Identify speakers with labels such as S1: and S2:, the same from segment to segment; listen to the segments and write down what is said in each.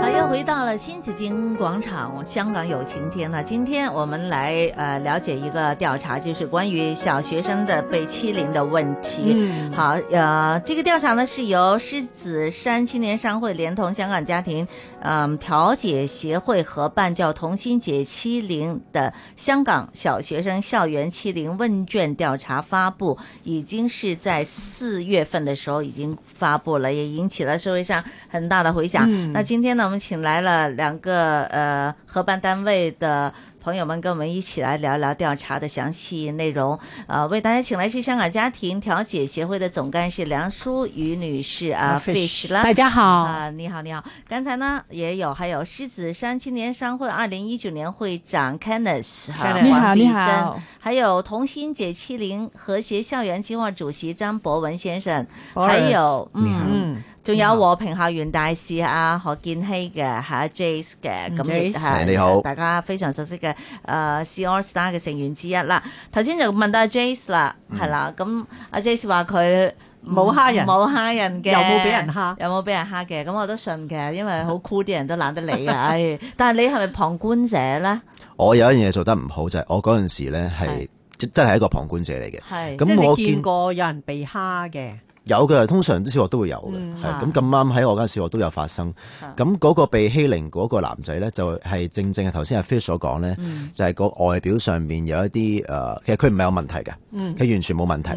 S1: 好，又回到了新紫金广场，香港有晴天了。今天我们来呃了解一个调查，就是关于小学生的被欺凌的问题。
S2: 嗯
S1: 好，呃，这个调查呢是由狮子山青年商会连同香港家庭嗯、调解协会合办，叫“同心解欺凌”的香港小学生校园欺凌问卷调查发布，已经是在四月份的时候已经发布了，也引起了社会上很大的回响。
S2: 嗯
S1: 那今天呢，我们请来了两个呃合办单位的朋友们，跟我们一起来聊聊调查的详细内容。呃，为大家请来是香港家庭调解协会的总干事梁淑瑜女士啊，Fish 啦，
S2: 大家好，
S1: 啊、你好，你好。刚才呢也有，还有狮子山青年商会二零一九年会长 Kenneth，哈
S2: Kenneth 你好
S1: 黄
S2: 你
S1: 绮
S2: 好
S1: 贞，还有同心解欺凌和谐校园计划主席张博文先生，还有
S3: 你好
S1: 嗯，
S2: 嗯，
S1: 仲有和平校園大使啊何建熙嘅，吓 Jace 嘅，咁亦
S2: 嗯 Jace
S1: 係
S3: 你好
S1: 大家非常熟悉嘅誒 C All Star 嘅成員之一啦。
S2: 嗯
S1: 頭先就問到阿 Jace 啦，
S3: 嗯
S1: 係啦，咁阿 Jace 話佢。
S2: 冇蝦人
S1: 冇蝦人嘅，
S2: 有冇俾人蝦
S1: 有冇俾人蝦嘅？咁我都信嘅，因為好酷啲人都懶得理啊！ 唉，但係你係咪旁觀者咧？
S3: 我有一樣嘢做得唔好就係、我嗰陣時咧
S1: 係
S3: 係即真係一個旁觀者嚟嘅。
S1: 係
S2: 即係
S3: 咁
S2: 你
S3: 我
S2: 見
S3: 見
S2: 過有人被蝦嘅，
S3: 有嘅，通常啲小學都會有嘅，
S2: 嗯
S3: 係
S1: 啊
S3: 咁咁啱喺我間小學都有發生。咁嗰個被欺凌嗰個男仔咧，就係正正係頭先阿 Fish 所講咧，就係個外表上面有一啲誒、呃其實佢唔係有問題嘅，
S2: 嗯
S3: 佢完全冇問題，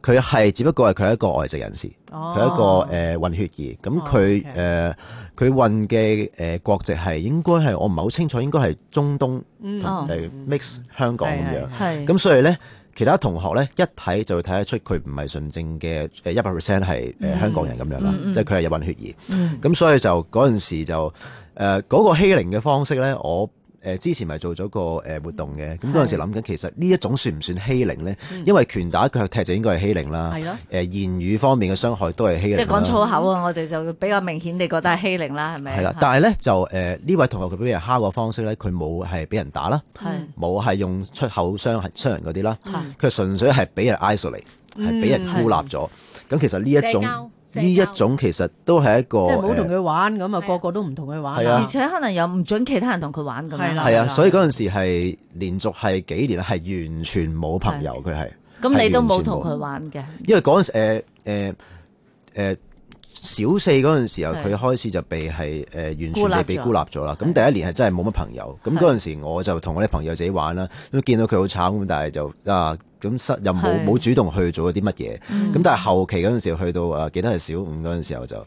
S3: 佢係、只不過係佢係一個外籍人士，佢、
S2: 哦
S3: 一個誒、呃、混血兒，咁佢誒佢混嘅誒國籍係應該係我唔係好清楚，應該係中東同
S2: 嗯
S1: 哦
S3: 誒 mix 香港咁樣。
S1: 係
S3: 嗯咁所以咧，其他同學咧一睇就會睇得出佢唔係純正嘅誒一百 percent 係
S1: 嗯
S3: 誒香港人咁樣啦，即係佢係日混血兒。咁、所以就嗰陣時就誒嗰、個欺凌嘅方式咧，我。誒之前咪做咗個誒活動
S1: 嗯
S3: 嘅，咁嗰陣時諗緊其實呢一種算唔算欺凌咧？因為拳打腳踢就應該係欺凌啦，
S2: 係
S3: 誒
S2: 咯
S3: 言語方面嘅傷害都係欺
S1: 啊
S3: 凌
S1: 即
S3: 啦。
S1: 係講粗口
S2: 嗯
S1: 啊！我哋就比較明顯，你覺得係欺凌啦，係咪？
S3: 係啦，但係咧就誒呢位同學佢俾人蝦個方式咧，佢冇係俾人打啦，
S2: 嗯
S1: 係
S3: 冇係用出口傷痕傷人嗰啲啦
S1: 嗯，
S3: 佢純粹係俾人 isolate，係俾人孤立咗。咁其實呢一種
S4: 社交社交
S3: 呢一種其實都係一個
S2: 即係唔好同
S3: 誒
S2: 佢玩，咁啊
S4: 係啊
S2: 個個都唔同佢玩
S3: 係
S2: 啊
S1: 而，
S3: 啊
S1: 且可能有唔准其他人同佢玩咁樣
S2: 係。啦
S3: 係
S2: 鬧
S3: 啊，
S2: 㗎
S3: 所以嗰陣時係連續係幾年係完全冇朋友，佢係
S1: 咁你都冇同，
S3: 係
S1: 佢
S3: 完
S1: 玩嘅。
S3: 全因為嗰陣時誒誒誒小四嗰陣時候，
S1: 係
S3: 佢開始就被係呃誒完
S1: 孤
S3: 全
S1: 立
S3: 地被
S1: 咗
S3: 孤立咗啦。咁第一年係真係冇乜朋友，咁嗰陣時我就同我啲朋友自己玩啦，咁見到佢好慘咁，但係就啊咁失又冇
S1: 係
S3: 冇主動去做啲乜嘢。
S2: 嗯
S4: 嗯
S3: 咁但係後期嗰陣時去到誒記得係小五嗰陣時候就。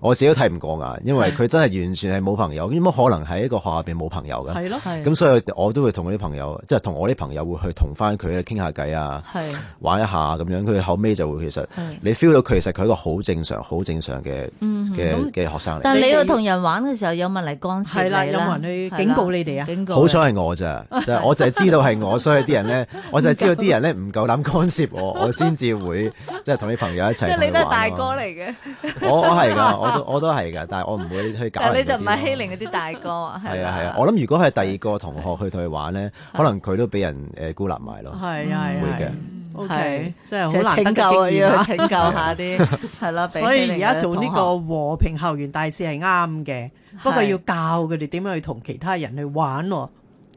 S3: 我自己都睇唔過眼，因為佢真係完全係冇朋友，點解可能喺一個學校入邊冇朋友㗎？
S2: 嗯係咯，
S1: 係
S3: 咁所以我都會同我啲朋友，即係同我啲朋友會去同翻佢傾下偈啊，
S1: 係
S3: 玩一下咁樣。佢後尾就會其實
S1: 係
S3: 你 feel 到佢其實佢係一個好正常、好正常嘅
S4: 嗯
S3: 嘅嘅學生嚟。
S1: 但係你
S2: 你
S1: 要
S2: 哋
S1: 同人玩嘅時候，有冇人嚟干涉
S2: 係
S1: 你
S2: 啦有冇人去警告你哋啊
S1: 警告你
S3: 好彩係我 咋，就係我就係知道係我，所以啲人咧，我就係知道啲人咧唔夠膽干涉我，我先至會即係同啲啊朋友一齊。
S4: 即係你都係大哥嚟
S3: 嚟，
S4: 嘅，
S3: 我我係㗎，我都我都係㗎，但係我唔會去搞
S1: 但
S3: 人嗰啲咯。啊
S1: 係你就唔係欺凌嗰啲大哥啊，
S3: 係
S1: 啦
S3: 啊係啊，我諗如果係第二個同學去同佢玩咧，可能佢都俾人誒孤立埋咯。
S2: 係啊係
S3: 會
S2: 啊
S3: 嘅
S2: ，O
S1: 哦嗯係
S2: K，真係
S1: 就
S2: 好難得
S1: 拯救
S2: 嘅
S1: 啊，
S2: 經驗
S1: 要
S2: 啊
S1: 去拯救下啲 係啦。俾
S2: 所
S1: 欺
S2: 以而
S1: 凌
S2: 家
S1: 嘅
S2: 做呢
S1: 同學
S2: 個和平校園大使係啱嘅，不過
S1: 係
S2: 要教佢哋點樣去同其他人去玩喎，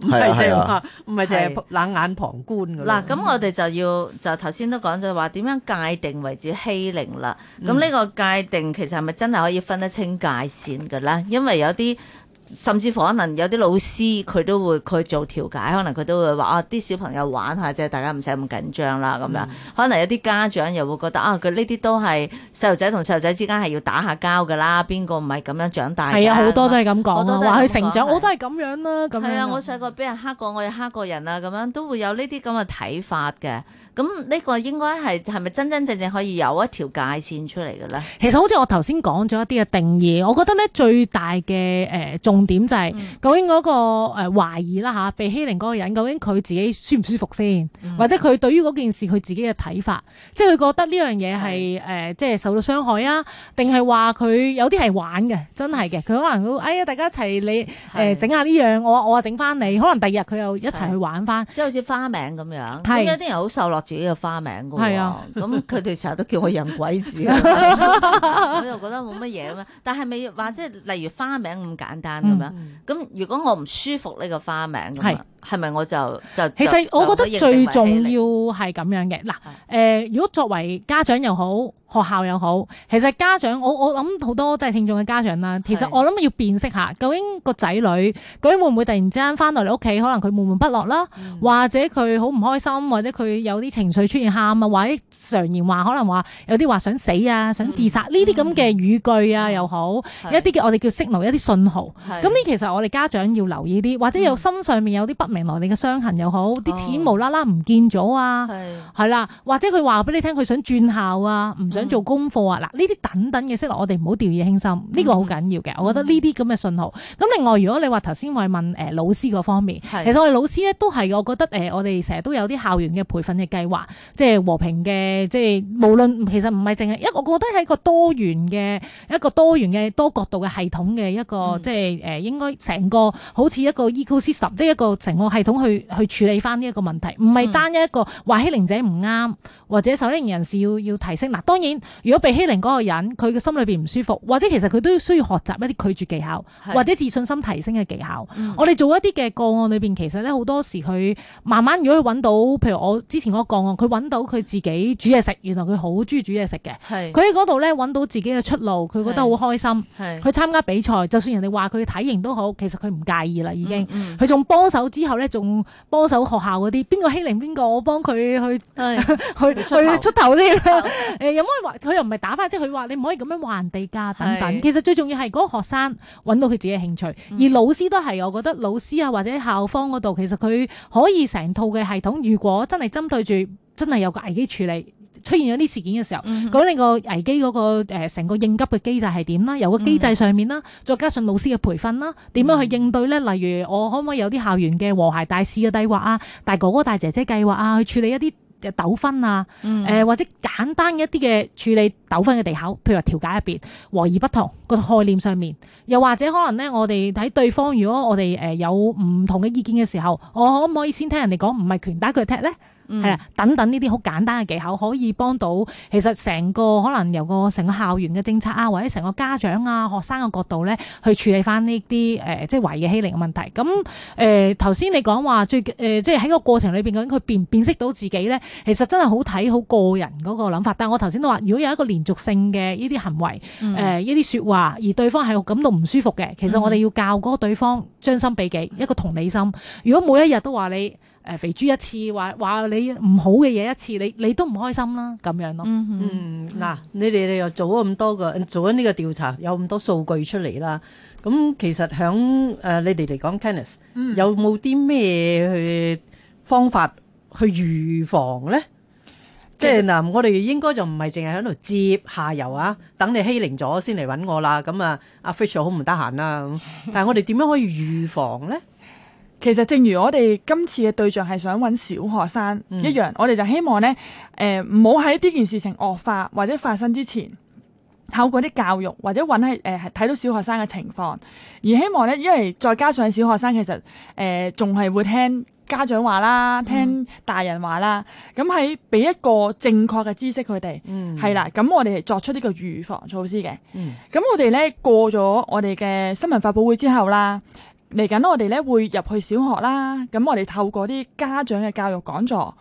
S2: 唔
S3: 係
S2: 係
S3: 啊
S2: 即係
S3: 係啊
S2: 話唔係淨
S1: 係
S2: 係冷眼旁觀㗎啦
S1: 嗱，。咁我哋就要就頭先都講咗話點樣界定為止欺凌啦。咁
S5: 嗯
S1: 呢個界定其實係咪真係可以分得清界線㗎啦？因為有啲甚至乎可能有啲老師佢都會佢做調解，可能佢都會話啊啲小朋友玩下啫，大家唔使咁緊張啦咁
S5: 嗯
S1: 樣。可能有啲家長又會覺得啊，佢呢啲都係細路仔同細路仔之間係要打下交㗎啦，邊個唔係咁樣長大㗎？
S5: 係啊，好多都係咁
S1: 好
S5: 講
S1: 多
S5: 啊，
S1: 都係咁
S5: 話佢成長，
S1: 講
S5: 我都係咁樣啦，咁樣
S1: 係
S5: 啊。
S1: 啊，我細個俾人蝦過，我又蝦過人啊，咁樣都會有呢啲咁嘅睇法嘅。咁呢個應該係係咪真真正正可以有一條界線出嚟嘅咧？
S4: 其實好似我頭先講咗一啲嘅定義，我覺得咧最大嘅誒、呃重點就係、
S5: 嗯
S4: 究竟嗰、個誒、呃、懷疑啦嚇，被欺凌嗰個人究竟佢自己舒唔舒服先，
S5: 嗯
S4: 嗯
S1: 嗯
S4: 或者佢對於嗰件事佢自己嘅睇法，即係佢覺得呢樣嘢係誒即係受到傷害啊，定係話佢有啲係玩嘅，真係嘅，佢可能會哎呀大家一齊
S1: 係
S4: 你誒呃整下呢樣，我我啊整翻你，可能第二日佢又一齊去玩翻。
S1: 即係好似花名咁樣，咁
S4: 係
S1: 有啲人好受落自己嘅花名㗎
S4: 係
S1: 喎
S4: 啊，
S1: 咁佢哋成日都叫我人鬼子，我又覺得冇乜嘢咁樣。但係咪話即係例如花名咁簡單咁樣？
S4: 嗯
S1: 咁如果我唔舒服呢個花名咁啊，係咪我就就
S4: 其實
S1: 就
S4: 我覺
S1: 就可以認
S4: 得
S1: 定為
S4: 最
S1: 欺凌啊
S4: 重要係咁樣嘅嗱，誒、如果作為家長又好，學校又好，其實家長我我諗好多都係聽眾嘅家長啦。其實
S1: 係
S4: 我諗要辨識下，究竟個仔女究竟會唔會突然之間翻到嚟屋企，可能佢悶悶不樂啦，
S1: 嗯
S4: 或者佢好唔開心，或者佢有啲情緒出現喊啊，或者常言話可能話有啲話想死啊、想自殺呢啲咁嘅語句啊又好，
S1: 嗯係
S4: 一啲嘅我哋叫 signal 一啲信號。
S1: 係嗯
S4: 咁呢其實我哋家長要留意啲，或者有心上面有啲不明來歷嘅傷痕又好，啲、錢無啦啦唔見咗啊，
S1: 哦係
S4: 係啦，或者佢話俾你聽佢想轉校啊，唔
S1: 嗯
S4: 想做功課啊，嗱呢啲等等嘅息落，我哋唔好掉以輕心，呢、
S1: 嗯
S4: 個好緊要嘅，我覺得呢啲咁嘅信號。咁另外，如果你話頭先我係問誒、呃老師嗰方面，
S1: 係
S4: 其實我哋老師咧都係，我覺得誒、呃我哋成日都有啲校園嘅培訓嘅計劃，即係和平嘅，即係無論其實唔係淨係一個，我覺得係一個多元嘅一個多元嘅多角度嘅系統嘅一個，
S1: 嗯
S4: 即係誒、呃、應該成個好似一個 ecosystem，即係一個成個系統去去處理翻呢一個問題，唔係單一一個話欺凌者唔啱，或者受欺凌人士要要提升。嗱，當然如果被欺凌嗰個人佢嘅心裏邊唔舒服，或者其實佢都需要學習一啲拒絕技巧，
S1: 係
S4: 或者自信心提升嘅技巧。
S1: 嗯
S4: 我哋做一啲嘅個案裏邊，其實咧好多時佢慢慢如果佢揾到，譬如我之前嗰個個案，佢揾到佢自己煮嘢食，原來佢好中意煮嘢食嘅。
S1: 係
S4: 佢喺嗰度咧揾到自己嘅出路，佢覺得好開心。
S1: 嗯係
S4: 佢參加比賽，就算人哋話佢體型都好，其實佢唔介意啦，已經。
S1: 嗯
S4: 佢仲幫手之後咧，仲幫手學校嗰啲邊個欺凌邊個，我幫佢去
S1: 嗯係
S4: 去
S1: 出頭
S4: 去出頭啲啦。 誒有冇人話佢又唔係打翻，即係佢話你唔可以咁樣話人哋㗎等
S1: 係
S4: 等。其實最重要係嗰個學生揾到佢自己嘅興趣，
S1: 嗯
S4: 而老師都係我覺得老師啊或者校方嗰度，其實佢可以成套嘅系統，如果真係針對住真係有個危機處理出現咗啲事件嘅時候。
S1: 嗯
S4: 咁你個危機嗰、個誒成、個應急嘅機制係點啦？由個機制上面啦，再加上老師嘅培訓啦，點樣去應對咧？例如我可唔可以有啲校園嘅和諧大使嘅計劃啊，大哥哥大姐姐計劃啊，去處理一啲嘅糾紛啊，誒、
S1: 嗯
S4: 或者簡單一啲嘅處理糾紛嘅技巧，譬如話調解入邊和而不同個概念上面，又或者可能咧，我哋喺對方如果我哋誒有唔同嘅意見嘅時候，我可唔可以先聽人哋講，唔係拳打腳踢咧？係啦，等等呢啲好簡單嘅技巧，可以幫到其實成個可能由個成個校園嘅政策啊，或者成個家長啊、學生嘅角度咧，去處理翻呢啲誒即係懷疑欺凌嘅問題。咁誒頭先你講話最誒、呃即係喺個過程裏邊究竟佢辨唔辨識到自己咧，其實真係好睇好個人嗰個諗法。但係我頭先都話，如果有一個連續性嘅呢啲行為誒呢啲説話，而對方係感到唔舒服嘅，其實我哋要教嗰個對方將心比己，一個同理心。如果每一日都話你誒肥豬一次，話話你唔好嘅嘢一次，你你都唔開心啦，咁樣咯。
S1: 嗯哼
S2: 嗯，嗱，你哋你又做咗咁多個，做咗呢個調查，有咁多數據出嚟啦。咁其實響誒、呃你哋嚟講 c a n n i s 有冇啲咩去方法去預防咧？即係嗱，我哋應該就唔係淨係喺度接下游啊，等你欺凌咗先嚟揾我啦。咁啊，阿 Fish 又好唔得閒啦。咁但係我哋點樣可以預防咧？
S5: 其實正如我哋今次嘅對象係想揾小學生、一樣，我哋就希望呢，誒唔好喺呢件事情惡化或者發生之前，透過啲教育或者揾係誒睇到小學生嘅情況，而希望呢，因為再加上小學生其實誒仲係會聽家長話啦，聽大人話啦，咁喺俾一個正確嘅知識佢哋，
S2: 嗯
S5: 係啦、咁我哋係作出呢個預防措施嘅。咁我哋咧過咗我哋嘅新聞發佈會之後啦，嚟緊我哋咧會入去小學啦。咁我哋透過啲家長嘅教育講座，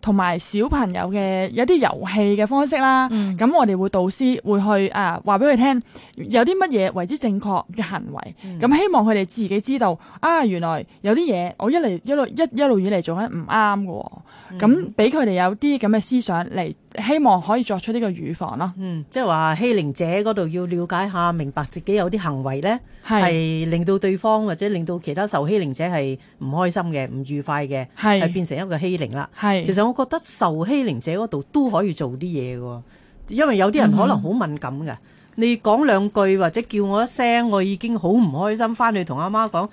S5: 同埋、小朋友嘅一啲遊戲嘅方式啦。咁、我哋會導師會去啊話俾佢聽，有啲乜嘢為之正確嘅行為。咁、希望佢哋自己知道啊，原來有啲嘢我一嗯嚟一路一一路以嚟做緊唔啱嘅喎。咁俾佢哋有啲咁嘅思想嚟希望可以作出呢個預防咯。
S2: 嗯，即係話欺凌者嗰度要了解下，明白自己有啲行為呢
S5: 係
S2: 係令到對方或者令到其他受欺凌者係唔開心嘅、唔愉快嘅，
S5: 係
S2: 係變成一個欺凌啦。
S5: 係
S2: 其實我覺得受欺凌者嗰度都可以做啲嘢嘅喎，因為有啲人可能好敏感嘅。你講兩句或者叫我一聲，我已經好唔開心，翻去同阿媽講。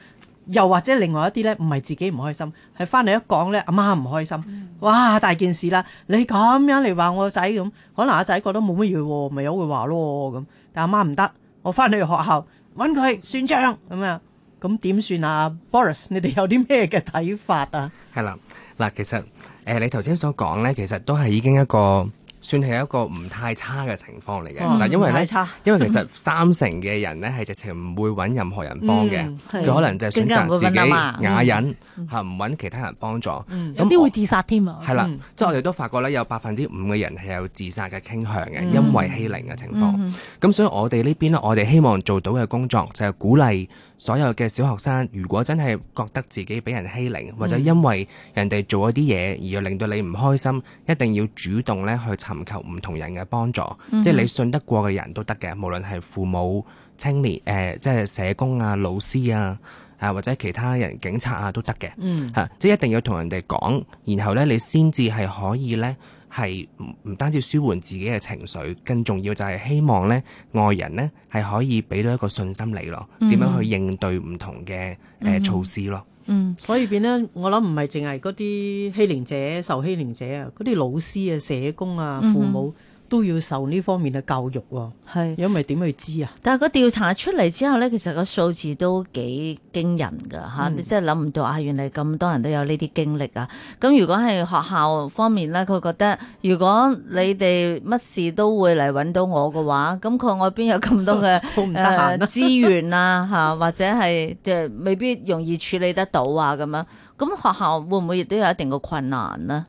S2: 又或者另外一啲咧，唔係自己唔開心，係翻嚟一講咧，阿媽唔開心，哇大件事啦！你咁樣嚟話我個仔咁，可能阿仔覺得冇乜嘢喎，咪由佢話咯咁。但阿媽唔得，我翻去學校揾佢算賬咁啊！咁點算啊，Boris？你哋有啲咩嘅睇法啊？
S6: 係啦，嗱，其實誒、呃你頭先所講咧，其實都係已經一個算係一個唔太差嘅情況嚟嘅。嗱、因為
S2: 哦唔太
S6: 咧，
S2: 差
S6: 因為其實三成嘅人咧係直情唔會揾任何人幫嘅，
S2: 嗯
S6: 佢、可能就係選
S1: 更加唔
S6: 擇
S1: 會
S6: 自己
S1: 揾阿媽
S6: 啞忍嚇，唔揾、其他人幫助。咁、
S4: 嗯有啲會自殺添啊。
S6: 係啦，即係我哋都發覺咧，有百分之五嘅人係有自殺嘅傾向嘅，因為欺凌嘅情況。咁、所以我哋呢邊咧，我哋希望做到嘅工作就係鼓勵所有嘅小學生，如果真係覺得自己俾人欺凌，或者因為人哋做一啲嘢而要令到你唔開心，一定要主動咧去尋求唔同人嘅幫助，即係你信得過嘅人都得嘅，無論係父母、青年誒、呃即係社工啊、老師啊。啊，或者其他人、警察啊都得嘅，嚇、即係一定要同人哋講，然後咧你先至係可以咧係唔唔單止舒緩自己嘅情緒，更重要就係希望咧外人咧係可以俾到一個信心你咯，點樣去應對唔同嘅誒、呃措施咯。
S4: 嗯
S2: 所以變咧，我諗唔係淨係嗰啲欺凌者、受欺凌者啊，嗰啲老師啊、社工啊、父母都要受呢方面嘅教育喎。
S1: 係。
S2: 如果唔係點去知啊？
S1: 但係個調查出嚟之後咧，其實個數字都幾驚人㗎嚇，
S4: 嗯
S1: 你真係諗唔到啊！原嚟咁多人都有呢啲經歷啊！咁如果係學校方面咧，佢覺得如果你哋乜事都會嚟揾到我嘅話，咁佢我邊有咁多 嘅
S2: 好唔得閒啊
S1: 誒資源啊嚇，或者係誒未必容易處理得到啊咁樣。咁學校會唔會亦都有一定嘅困難呢？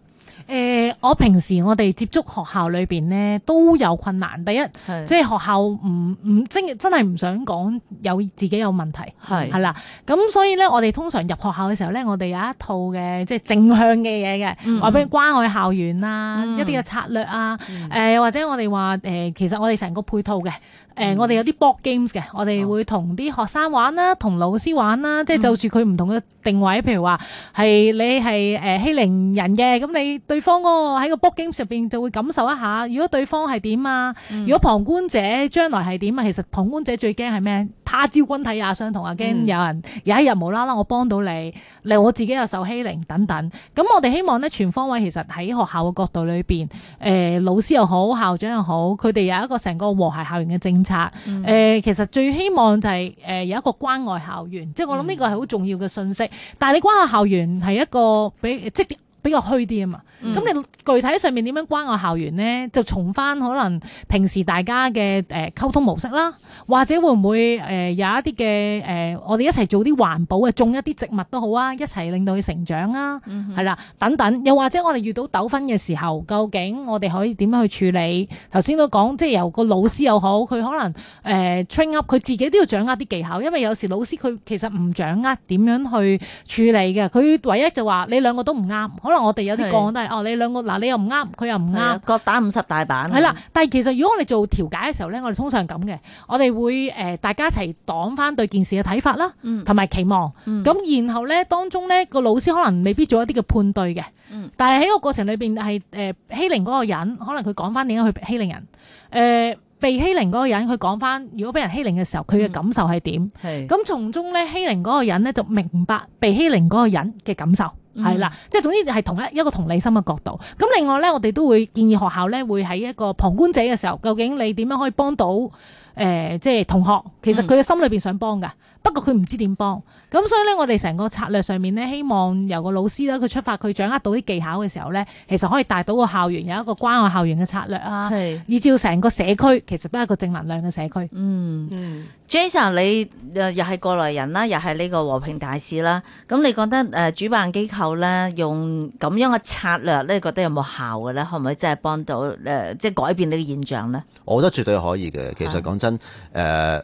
S4: 誒、我平時我哋接觸學校裏邊咧都有困難。第一，
S1: 係
S4: 即係學校唔唔真真係唔想講有自己有問題，
S1: 係
S4: 係啦。咁所以咧，我哋通常入學校嘅時候咧，我哋有一套嘅即係正向嘅嘢
S1: 嗯
S4: 嘅，話俾、關愛校園啊，一啲嘅策略啊，誒、
S1: 嗯
S4: 或者我哋話誒，其實我哋成個配套嘅。誒、呃我哋有啲 board games 嘅，我哋會同啲學生玩啦，同老師玩啦，即係就住佢唔同嘅定位，譬如話係你係誒欺凌人嘅，咁你對方嗰個喺個 board games 入邊就會感受一下，如果對方係點啊，如果旁觀者將來係點啊，其實旁觀者最驚係咩？他朝君體也相同啊，驚有人有一日無啦啦我幫到你，你我自己又受欺凌等等。咁我哋希望咧全方位，其實喺學校嘅角度裏邊，誒、呃老師又好，校長又好，佢哋有一個成個和諧校園嘅政策。誒、其實最希望就係、誒、有一個關愛校園，即係我諗呢個係好重要嘅信息。但係你關愛校園係一個比即係比較虛啲啊嘛。咁、你具體上面點樣關愛校園呢？就從翻可能平時大家嘅誒溝通模式啦，或者會唔會誒、有一啲嘅誒，我哋一齊做啲環保嘅，種一啲植物都好啊，一齊令到佢成長啊，係啦、等等。又或者我哋遇到糾紛嘅時候，究竟我哋可以點樣去處理？頭先都講，即係由個老師又好，佢可能誒、train 呃 up，佢自己都要掌握啲技巧，因為有時老師佢其實唔掌握點樣去處理嘅，佢唯一就話你兩個都唔啱，可能我哋有啲
S1: 係
S4: 個案都係哦，你兩個嗱你又唔啱，佢又唔
S1: 係
S4: 啱
S1: 啊。各啊打五十大板。
S4: 係啦，但係其實如果我哋做調解嘅時候咧，我哋通常咁嘅，我哋會誒、呃大家一齊講翻對件事嘅睇法啦，
S1: 嗯
S4: 同埋、期望。咁、然後咧，當中咧個老師可能未必做一啲嘅判對嘅，
S1: 嗯
S4: 但係喺個過程裏邊係誒欺凌嗰個人，可能佢講翻點解佢欺凌人，誒、
S1: 嗯
S4: 被欺凌嗰個人佢講翻，如果俾人欺凌嘅時候，佢嘅感受係點？
S1: 係
S4: 咁從中咧，欺凌嗰個人咧就明白被欺凌嗰個人嘅感受。係啦，即係總之係同一一個同理心嘅角度。咁另外咧，我哋都會建議學校咧，會喺一個旁觀者嘅時候，究竟你點樣可以幫到誒、呃即係同學？其實佢嘅心裏邊想幫㗎，不過佢唔知點幫。咁所以咧，我哋成個策略上面咧，希望由個老師咧，佢出發，佢掌握到啲技巧嘅時候咧，其實可以帶到個校園有一個關愛校園嘅策略啊，
S1: 係
S4: 以照成個社區其實都係一個正能量嘅社區。
S1: 嗯
S2: 嗯
S1: Jason，你誒又係過來人啦，又係呢個和平大使啦。咁你覺得誒、呃主辦機構咧用咁樣嘅策略咧，你覺得有冇效嘅咧？可唔可以真係幫到誒、呃即係改變呢個現象咧？
S3: 我覺得絕對可以嘅。其實講真，誒、呃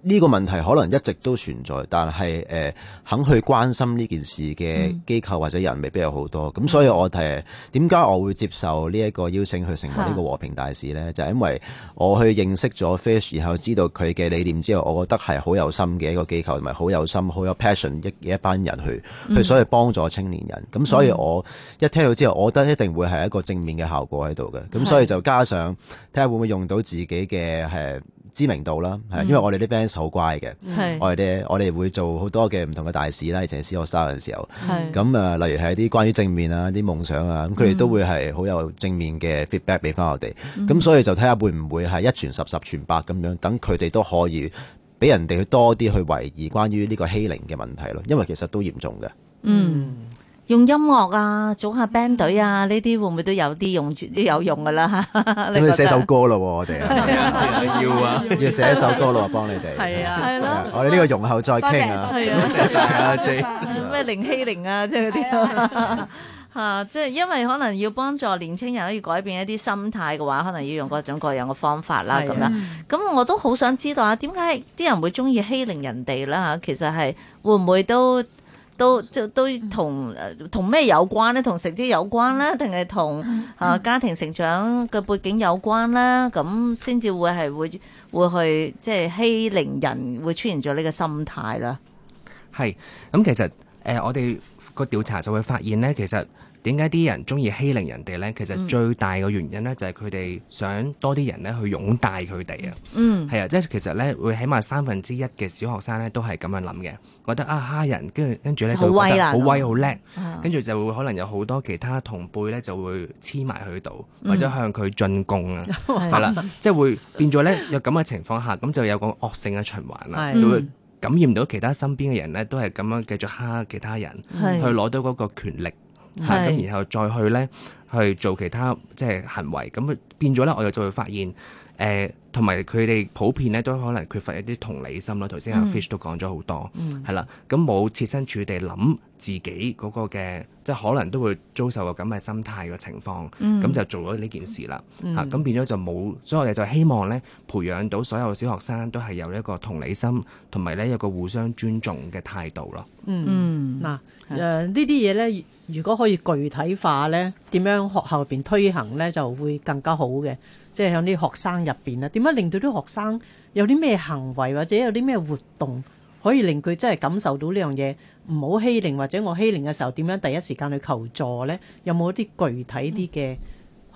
S3: 呢個問題可能一直都存在，但係誒、呃肯去關心呢件事嘅機構或者人未必有好多。咁、所以我誒點解我會接受呢一個邀請去成為呢個和平大使呢？就係因為我去認識咗 Fish，然後知道佢嘅理念之後，我覺得係好有心嘅一個機構，同埋好有心、好有 passion 一一班人去
S1: 嗯
S3: 去所謂幫助青年人。咁、所以我一聽到之後，我覺得一定會係一個正面嘅效果喺度嘅。咁所以就加上睇下會唔會用到自己嘅誒知名度啦，係因為我哋啲 fans 好乖嘅。
S1: 嗯係
S3: 我哋我哋會做好多嘅唔同嘅大事啦，以前 C 學生嘅時候，
S1: 係
S3: 咁啊，例如係一啲關於正面啊、啲夢想啊，咁佢哋都會係好有正面嘅 feedback 俾翻我哋，咁、
S1: 嗯
S3: 所以就睇下會唔會係一傳十、十傳百咁樣，等佢哋都可以俾人哋多啲去懷疑關於呢個欺凌嘅問題咯，因為其實都嚴重嘅。
S2: 嗯
S1: 用音樂啊，組下 band 隊啊，呢啲會唔會都有啲用住都有用噶啦？
S3: 咁
S1: 啊覺
S3: 你
S1: 得
S3: 寫首歌咯喎，我哋啊
S6: 哎要啊，
S3: 要寫一首歌咯喎，幫你哋。
S2: 係啊
S1: 係咯
S3: 我哋呢個容後再傾啊。
S1: 係啊，
S6: 阿 J。
S1: 咩零欺凌啊，即係嗰啲 嚇，即係因為可能要幫助年青人可以改變一啲心態嘅話，可能要用各種各樣嘅方法啦，
S2: 係
S1: 咁
S2: 啊
S1: 樣。咁我都好想知道啊，點解啲人會中意欺凌人哋啦？嚇，其實係會唔會都都都都同呃同咩有關咧？同成績有關咧，定係同啊家庭成長嘅背景有關咧？咁先至會係會會去即係欺凌人，會出現咗呢個心態啦。
S6: 係，咁其實誒、呃我哋個調查就會發現咧，其實點解啲人中意欺凌人哋咧？其實最大嘅原因咧，就係佢哋想多啲人咧去擁戴佢哋啊。
S1: 嗯，
S6: 係啊，即係其實咧，會起碼三分之一嘅小學生咧都係咁樣諗嘅，覺得啊蝦人，跟住跟住咧
S1: 就
S6: 就
S1: 好
S6: 會
S1: 威
S6: 覺得
S1: 啦
S6: 好
S1: 咁
S6: 威好叻，
S1: 啊
S6: 跟住就會可能有好多其他同輩咧就會黐埋佢度，或者向佢進貢啊，
S1: 嗯 係
S6: 係啦，即係會變咗咧有咁嘅情況下，咁就有個惡性嘅循環啦，
S2: 係
S6: 就會感染到其他身邊嘅人咧，都係咁樣繼續蝦其他人，去
S1: 係
S6: 攞到嗰個權力，嚇
S1: 係
S6: 咁然後再去咧去做其他即係行為，咁變咗咧，我哋就會發現誒，同埋佢哋普遍咧都可能缺乏一啲同理心啦。頭先阿
S1: 嗯
S6: Fish 都講咗好多，係啦、咁冇設身處地諗自己嗰個嘅，即係可能都會遭受過咁嘅心態嘅情況，咁、
S1: 嗯
S6: 就做咗呢件事啦。嚇、咁變咗就冇，所以我哋就希望咧培養到所有小學生都係有一個同理心，同埋咧有個互相尊重嘅態度咯。
S1: 嗯
S2: 嗱，誒呢啲嘢咧，如果可以具體化咧，點樣學校入邊推行咧，就會更加好嘅。即係喺啲學生入邊啊啦，點樣令到啲學生有啲咩行為或者有啲咩活動，可以令佢真係感受到呢樣嘢，唔好欺凌或者我欺凌嘅時候點樣第一時間去求助咧？有冇一啲具體啲嘅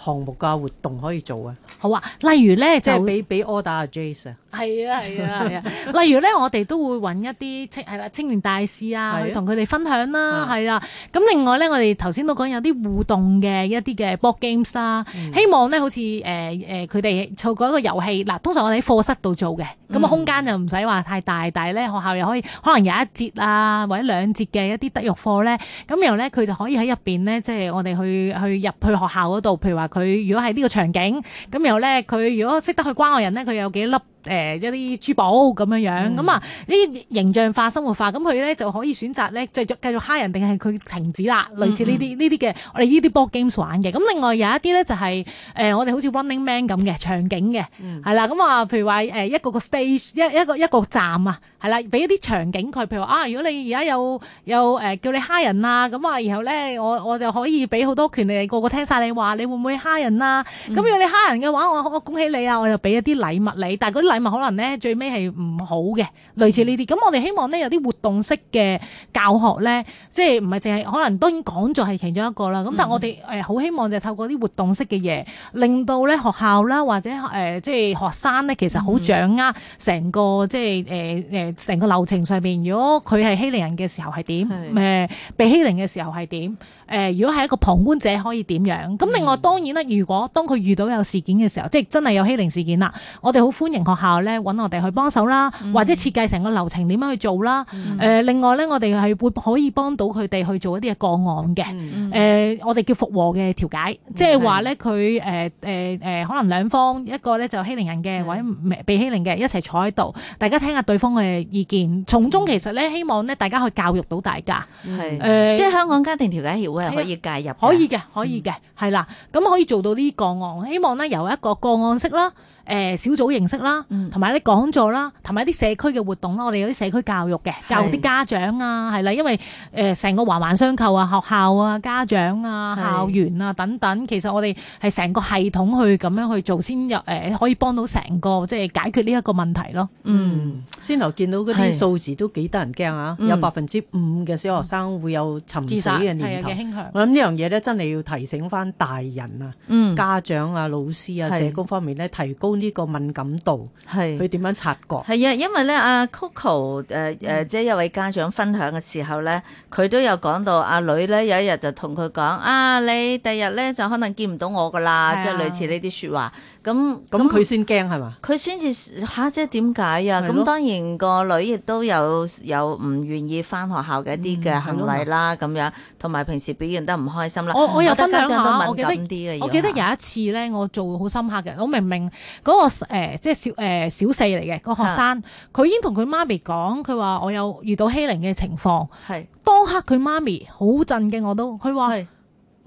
S2: 項目啊活動可以做啊？
S4: 好啊，例如咧
S2: 即
S4: 就
S2: 係俾俾 order 啊 Jace 啊，
S4: 係啊係啊係啊，例如咧，我哋都會揾一啲青係啦青年大使
S2: 係
S4: 啊，
S2: 啊
S4: 去同佢哋分享啦，
S2: 啊
S4: 係啦。咁另外咧，我哋頭先都講有啲互動嘅一啲嘅 board games 啦，希望咧好似誒誒佢哋透過一個遊戲，嗱通常我哋喺課室度做嘅，咁啊空間就唔使話太大，但係咧學校又可以可能有一節啊或者兩節嘅一啲德育課咧，咁然後咧佢就可以喺入邊咧，即係我哋去去入去學校嗰度，譬如話佢如果係呢個場景。咁然後咧，佢如果識得去關愛人咧，佢有幾粒誒、呃一啲珠寶咁樣樣，咁啊呢啲形象化、生活化，咁佢咧就可以選擇咧繼續繼續蝦人，定係佢停止啦。類似呢啲呢啲嘅，我哋呢啲 board games 玩嘅。咁另外有一啲咧就係、呃我哋好似 Running Man 咁嘅場景嘅，係啦、咁啊，譬如話誒一個個 stage 一一個一個站啊，係啦，俾一啲場景佢，譬如話啊，如果你而家有有誒、呃叫你蝦人啊，咁啊，然後咧我我就可以俾好多權利你，個個聽晒你話，你會唔會蝦人啊？咁如果你蝦人嘅話，我我恭喜你啊！我就俾一啲禮物你，但係嗰啲禮物可能咧最尾係唔好嘅，類似呢啲。咁我哋希望咧有啲活動式嘅教學咧，即係唔係淨係可能當然講座係其中一個啦。咁但係我哋誒好希望就係透過啲活動式嘅嘢，令到咧學校啦或者誒、呃即係學生咧其實好掌握成個即係誒誒成個流程上邊，如果佢係欺凌人嘅時候係點
S1: 係
S4: 誒。誒被欺凌嘅時候係點？誒、如果係一個旁觀者可以點樣？咁另外當然啦，如果當佢遇到有事件嘅時候，即係真係有欺凌事件啦，我哋好歡迎學校咧揾我哋去幫手啦，或者設計成個流程點樣去做啦。誒、
S1: 嗯
S4: 另外咧，我哋係會可以幫到佢哋去做一啲嘅個案嘅。誒、
S1: 嗯
S4: 我哋叫復和嘅調解，即係話咧佢誒誒誒，可能兩方一個咧就欺凌人嘅，或者被欺凌嘅，一齊坐喺度，大家聽下對方嘅意見，從中其實咧希望咧大家去教育到大家。
S1: 嗯係
S4: 誒
S1: 即係香港家庭調解協會係
S4: 係啊
S1: 可以介入嘅，
S4: 可以嘅，可以嘅，係啦，咁可以做到呢啲個案，希望咧由一個個案式啦，誒、誒小組形式啦，
S1: 嗯
S4: 同埋啲講座啦，同埋啲社區嘅活動啦，我哋有啲社區教育嘅，教育啲家長啊，係啦，因為誒成個環環相扣啊，學校啊、家長啊、
S1: 係
S4: 校園啊等等，其實我哋係成個系統去咁樣去做，先有誒可以幫到成個即係解決呢一個問題咯。
S1: 嗯，
S2: 先頭見到嗰
S1: 係
S2: 啲數字都幾得人驚啊！
S1: 嗯
S2: 有百分之五嘅小學生會有尋死嘅
S4: 係
S2: 念
S4: 啊
S2: 頭
S4: 嘅。傾向。
S2: 我諗呢樣嘢咧，真係要提醒翻大人啊、
S1: 嗯，
S2: 家長啊、老師啊、
S1: 係
S2: 社工方面咧，提高呢個敏感度，
S1: 係
S2: 佢。點樣察覺？
S1: 係啊，因為咧，阿 Coco 誒、誒、即係有位家長分享嘅時候咧，佢都有講到阿女咧有一日就同佢講啊，你第日咧就可能見唔到我噶啦，
S4: 係啊
S1: 即係類似呢啲説話。咁
S2: 咁佢先驚係嘛？
S1: 佢先至吓，即係點解啊？
S2: 係
S1: 咁
S2: 咯
S1: 當然個女亦都有有唔願意翻學校嘅一啲嘅行為啦，咁樣同埋平時表現得唔開心啦。
S4: 我我又分享
S1: 覺得家長
S4: 下，
S1: 都
S4: 我記
S1: 敏
S4: 得
S1: 感啲嘅要
S4: 我記得
S1: 嚇
S4: 有一次咧，我做好深刻嘅，我明明嗰、個誒、呃即係小誒、呃小四嚟嘅個學生，佢已經同佢媽咪講，佢話我有遇到欺凌嘅情況。
S1: 係
S4: 當刻佢媽咪好震嘅，我都佢話
S1: 係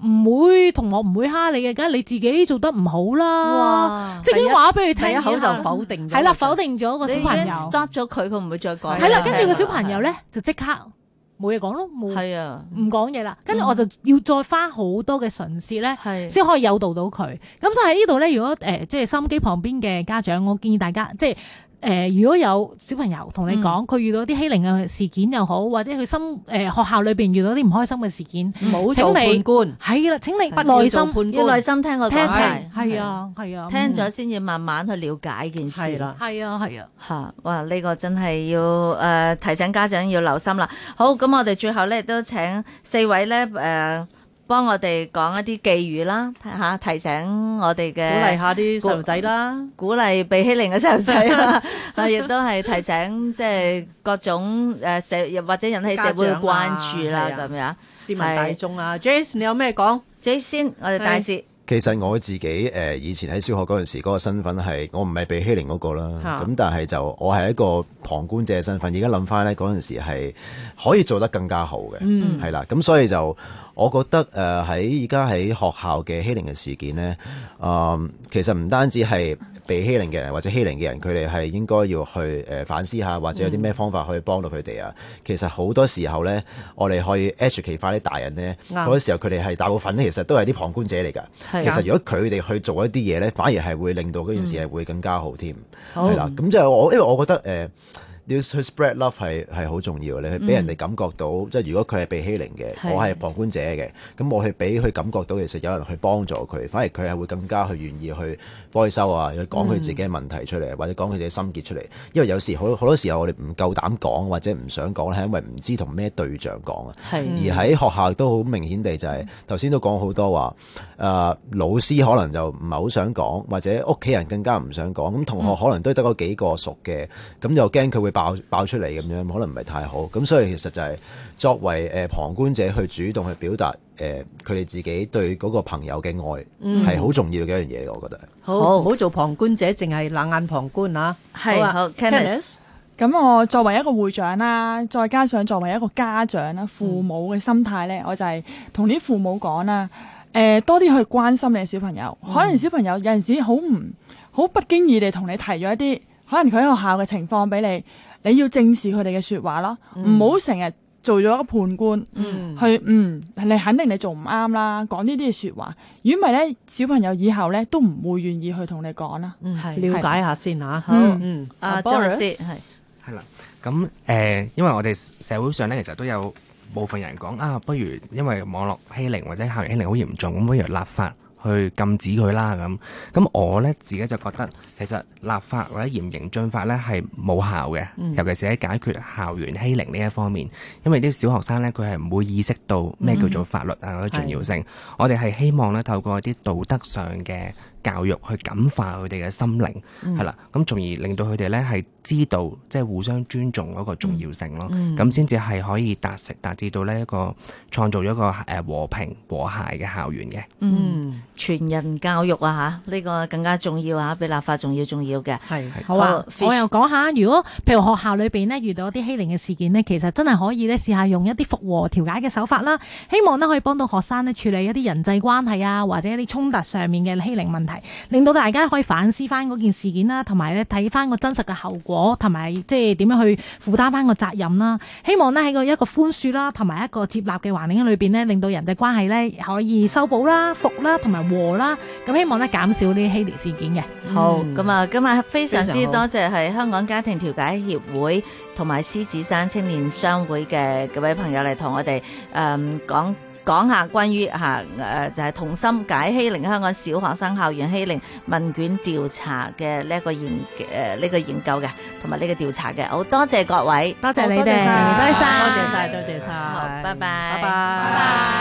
S4: 唔會同學唔會蝦你嘅，梗係你自己做得唔好啦。
S1: 哇！
S4: 即係已經話俾佢聽，
S2: 第一口就否定咗
S4: 係啦，
S2: 佢就
S4: 否定咗個小
S1: 你
S4: 朋
S1: 已經
S4: 友。
S1: stop 咗佢，佢唔會再講。
S4: 係啦，跟住個小朋友咧就即刻冇嘢講咯，冇
S1: 係啊，
S4: 唔講嘢啦。跟住我就要再花好多嘅唇舌咧。
S1: 係
S4: 先可以誘導到佢。咁所以喺呢度咧，如果誒、呃即係心機旁邊嘅家長，我建議大家即係誒、呃如果有小朋友同你講佢遇到啲欺凌嘅事件又好，或者佢心誒、呃、學校裏邊遇到啲唔開心嘅事件，
S2: 唔好
S4: 請
S2: 做判
S4: 你
S2: 官，
S4: 係啦，請你
S2: 不要做
S4: 耐心
S2: 判
S1: 要
S2: 官
S1: 耐。心聽我講
S4: 嗯
S1: 晒
S4: 聽齊，係，啊，係啊，
S1: 聽咗先至慢慢去了解件事。
S2: 係啦，
S4: 係啊，係啊。
S1: 吓，哇！呢、個真係要誒、呃提醒家長要留心啦。好，咁我哋最後咧都請四位咧誒、呃、幫我哋講一啲寄語啦，吓、提醒我哋
S2: 鼓勵
S1: 嘅
S2: 下啲細路仔啦，
S1: 鼓勵被欺凌嘅細路仔 啦，啊亦都係提醒即係各種誒、呃社或者引起社會嘅
S2: 家長啊
S1: 關注啦
S2: 係啊
S1: 咁、
S2: 市民大眾啊，Jace 你有咩講？
S1: 樣。最先我哋大使
S3: 其實我自己誒、呃以前喺小學嗰陣時，嗰、個身份係我唔係被欺凌嗰個啦，
S2: 嚇
S3: 咁但係就我係一個旁觀者嘅身份。而家諗翻咧，嗰陣時係可以做得更加好嘅，係啦、咁所以就我覺得誒喺而家喺學校嘅欺凌嘅事件咧，啊其實唔單止係被欺凌嘅人或者欺凌嘅人，佢哋係應該要去誒、呃反思下，或者有啲咩方法可以幫到佢哋啊。其實好多時候咧，我哋可以 educate 翻啲大人咧，
S2: 啱啊
S3: 好多時候佢哋係大部分咧，其實都係啲旁觀者嚟㗎。
S1: 係
S3: 其實如果佢哋去做一啲嘢咧，反而係會令到嗰件事係會更加好添，
S2: 嗯好
S3: 係啦。咁即係我，因為我覺得誒。呃你要去 spread love 係係好重要嘅，你去俾人哋感覺到，即係如果佢係被欺凌
S1: 嗯係
S3: 嘅，我係旁觀者嘅，咁我去俾佢感覺到其實有人去幫助佢，反而佢係會更加去願意去開收啊，去講佢自己嘅問題出嚟，或者講佢自己心結出嚟。因為有時好好多時候我哋唔夠膽講或者唔想講咧，係因為唔知同咩對象講啊。
S1: 係嗯
S3: 而喺學校都好明顯地就係頭先都講好多話，誒、老師可能就唔係好想講，或者屋企人更加唔想講，咁同
S1: 嗯
S3: 學可能都得嗰幾個熟嘅，咁又驚佢會爆爆出嚟咁樣，可能唔係太好，咁所以其實就係作為誒、呃旁觀者去主動去表達誒佢哋自己對嗰個朋友嘅愛，係好、重要嘅一樣嘢，我覺得。
S2: 好唔好做旁觀者，淨係冷眼旁觀啊！
S1: 係
S2: 啊
S1: 好 Kenneth
S5: 咁我作為一個會長啦，再加上作為一個家長啦，父
S1: 嗯
S5: 母嘅心態咧，我就係同啲父母講啦，誒、多啲去關心你嘅小朋友。
S1: 嗯
S5: 可能小朋友有陣時好唔好不經意地同你提咗一啲，可能佢喺學校嘅情況俾你，你要正視佢哋嘅説話咯，
S1: 嗯
S5: 唔好成日做咗一個判官。
S2: 嗯，
S5: 去嗯，你肯定你做唔啱啦，講呢啲嘅説話。如果唔係咧，小朋友以後咧都唔會願意去同你講啦。
S2: 嗯
S1: 係
S2: 了解下先嚇。
S1: 好
S2: 嗯，
S1: 啊，張律
S2: Boris
S1: 師係
S6: 係啦，咁誒、呃因為我哋社會上咧，其實都有部分人講啊，不如因為網絡欺凌或者校園欺凌好嚴重，咁不如立法去禁止佢啦咁。咁我咧自己就覺得，其實立法或者嚴刑峻法咧係冇效嘅，尤其是喺解決校園欺凌呢一方面，因為啲小學生咧佢係唔會意識到咩叫做法律啊嗰啲重要性。我哋係希望咧透過一啲道德上嘅教育去感化佢哋嘅心靈。係啦，咁從而令到佢哋咧係知道即係互相尊重嗰個重要性咯，咁先至係可以達成達至到呢一個創造咗一個誒和平和諧嘅校園嘅。
S2: 嗯，
S1: 全人教育啊吓，呢、個更加重要啊，比立法仲要重要嘅。
S2: 係
S4: 好啊，
S1: Fish
S4: 我又講下，如果譬如學校裏邊咧遇到一啲欺凌嘅事件咧，其實真係可以咧試下用一啲復和調解嘅手法啦，希望咧可以幫到學生咧處理一啲人際關係啊，或者一啲衝突上面嘅欺凌問題題，令到大家可以反思翻嗰件事件啦，同埋咧睇翻個真實嘅後果，同埋即係點樣去負擔翻個責任啦。希望呢，喺個一個寬恕啦，同埋一個接納嘅環境裏邊呢，令到人際關係呢可以修補啦、復啦同埋和啦。咁希望呢減少呢啲欺凌事件嘅。
S1: 好，
S2: 嗯
S1: 咁啊，今日非常之
S2: 非常好
S1: 多謝係香港家庭調解協會同埋獅子山青年商會嘅各位朋友嚟同我哋誒講講下關於嚇誒就係同心解欺凌香港小學生校園欺凌問卷調查嘅呢一個研誒呢個研究嘅，同埋呢個調查嘅。好多謝各位，
S4: 多謝你哋，
S5: 好多謝晒
S4: 多謝晒
S2: 多謝晒，多謝晒，
S1: 好，拜拜拜
S2: 拜拜。
S1: 拜